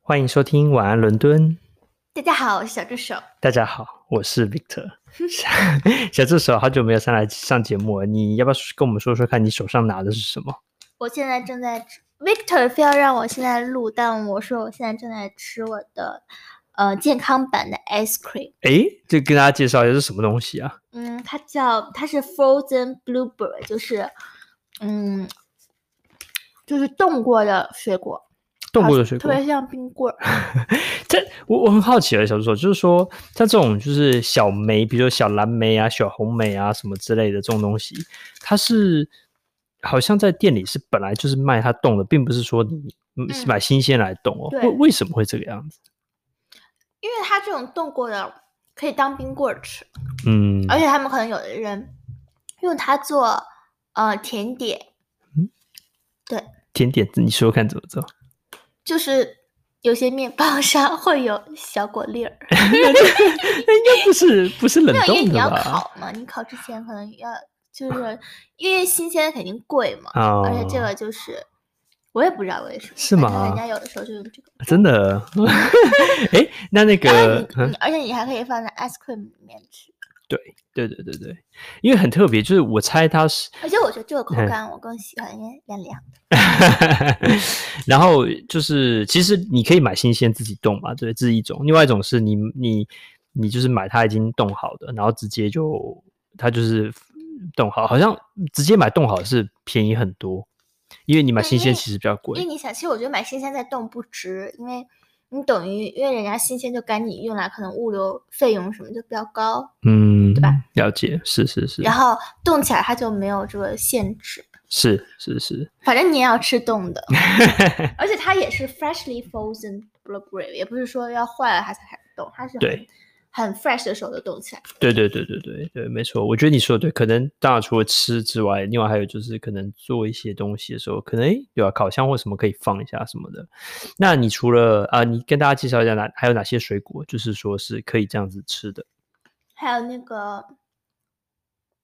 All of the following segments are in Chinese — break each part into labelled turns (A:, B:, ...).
A: 欢迎收听《晚安伦敦》。
B: 大家好，我是小助手。
A: 大家好，我是 Victor。小助手，好久没有上来上节目了，你要不要跟我们说说看你手上拿的是什么？
B: 我现在正在吃，Victor 非要让我现在录，但我说我现在正在吃我的呃健康版的 ice cream。
A: 诶，就跟大家介绍一下是什么东西啊？
B: 嗯，它叫它是 frozen blueberry，就是嗯就是冻过的水果，
A: 冻过的水
B: 特
A: 果。
B: 别像冰棍儿。
A: 这我我很好奇啊的，小助手，就是说像这种就是小莓，比如说小蓝莓啊、小红莓啊什么之类的这种东西，它是好像在店里是本来就是卖它冻的，并不是说你嗯
B: 嗯
A: 买新鲜来冻哦。
B: 对
A: 为为什么会这个样子？
B: 因为它这种冻过的可以当冰棍儿吃，
A: 嗯，
B: 而且他们可能有的人用它做呃甜点，
A: 甜点，你说说看怎么做？
B: 就是有些面包上会有小果粒儿。
A: 那应该不是不是冷
B: 没有，因为
A: 冻
B: 你
A: 的
B: 要
A: 吧？
B: 烤嘛，你烤之前可能要就是因为新鲜的肯定贵嘛，
A: 啊
B: 而且这个就是我也不知道为什么，
A: 是
B: 反正
A: 吗
B: 人家有的时候就用这个，
A: 真的， 哎、那那
B: 而
A: 个
B: 且，
A: 嗯
B: 嗯你你而且你还可以放在 ice cream 里面吃，
A: 对对对对，因为很特别，就是我猜它是，
B: 而且我觉得这个口
A: 嗯
B: 感我更喜欢，因为凉凉。
A: 然后就是其实你可以买新鲜自己冻嘛，对，这是一种；，另外一种是你你你就是买它已经冻好的，然后直接就它就是冻好，好像直接买冻好是便宜很多，因为你买
B: 对
A: 新
B: 嗯因
A: 鲜
B: 为
A: 其实比较贵
B: 因为。你想，其实我觉得买新鲜再冻不值，因为你等于因为人家新鲜就赶紧运来，可能物流费用什么就比较高，
A: 嗯，
B: 对吧？
A: 了解，是是是
B: 然后冻起来它就没有这个限制，
A: 是是是，
B: 反正你也要吃冻 的。而且它也是 freshly frozen blueberry，也不是说要坏了它才开始冻，它是
A: 对
B: 很很 fresh 的时候就冻起来。
A: 对对对对对对，没错，我觉得你说的对。可能当然除了吃之外，另外还有就是可能做一些东西的时候，可能诶对吧、烤箱或什么可以放一下什么的。那你除了啊、你跟大家介绍一下哪还有哪些水果，就是说是可以这样子吃的。
B: 还有那个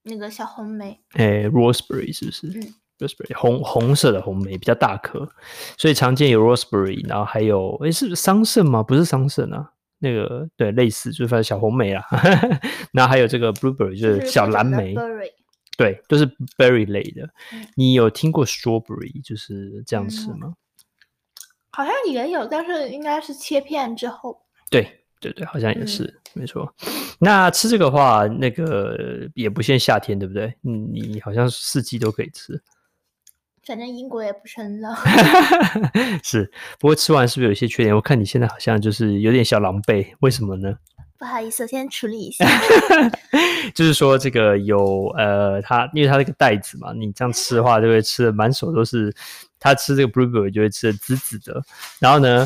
B: 那个小红莓，
A: 诶 r o s e b e r r y 是不是、
B: 嗯
A: r o s e b e r r y 红红色的红莓比较大颗，所以常见有 Raspberry，然后还有诶是桑葚吗？不是桑葚啊。那个对，类似就是反正小红莓啦， 然后还有这个 blueberry 就
B: 就是是
A: 小
B: 各种
A: 蓝
B: 的
A: 莓，
B: berry，
A: 对，都是 berry 类的
B: 嗯。
A: 你有听过 strawberry 就是这样吃
B: 嗯
A: 吗？
B: 好像也有，但是应该是切片之后。
A: 对对对，好像也
B: 嗯
A: 是，没错。那吃这个话，那个也不限夏天，对不对？你你好像四季都可以吃，
B: 反正英国也不是很冷，
A: 是。不过吃完是不是有一些缺点？我看你现在好像就是有点小狼狈，为什么呢？
B: 不好意思，我先处理一下。
A: 就是说这个有呃，它因为它那个袋子嘛，你这样吃的话，就会吃的满手都是。它吃这个 blueberry 就会吃的紫紫的，然后呢，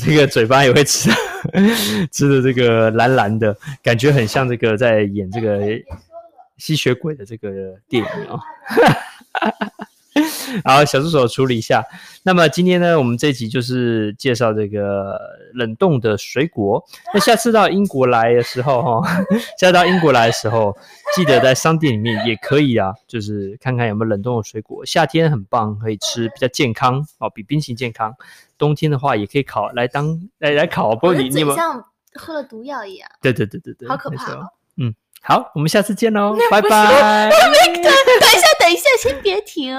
A: 这个嘴巴也会吃 吃的这个蓝蓝的，感觉很像这个在演这个吸血鬼的这个电影哦。 好，小助手处理一下。那么今天呢，我们这集就是介绍这个冷冻的水果。那下次到英国来的时候，哈，下次到英国来的时候，记得在商店里面也可以啊，就是看看有没有冷冻的水果。夏天很棒，可以吃，比较健康哦，比冰淇淋健康。冬天的话，也可以烤来当来来烤。不
B: 我
A: 过
B: 的
A: 你你
B: 嘴
A: 们
B: 像喝了毒药一样。
A: 对对对对对，
B: 好可
A: 没
B: 怕
A: 错
B: 哦。
A: 嗯，好，我们下次见喽，拜
B: 不是
A: 拜。
B: 等一下，等一下，先别停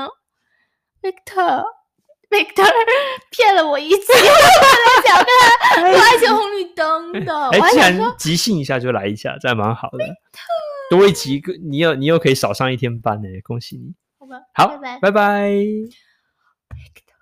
B: ，Victor，Victor 骗了我一 次，我本来想跟他过爱情红绿灯的，
A: 哎
B: 哦我，还
A: 既
B: 想
A: 然
B: 说，
A: 即兴一下就来一下，这还蛮好的。多一集，你又你又可以少上一天班呢，恭喜你。
B: 好吧，
A: 好，
B: 拜拜
A: 拜拜
B: ，Victor。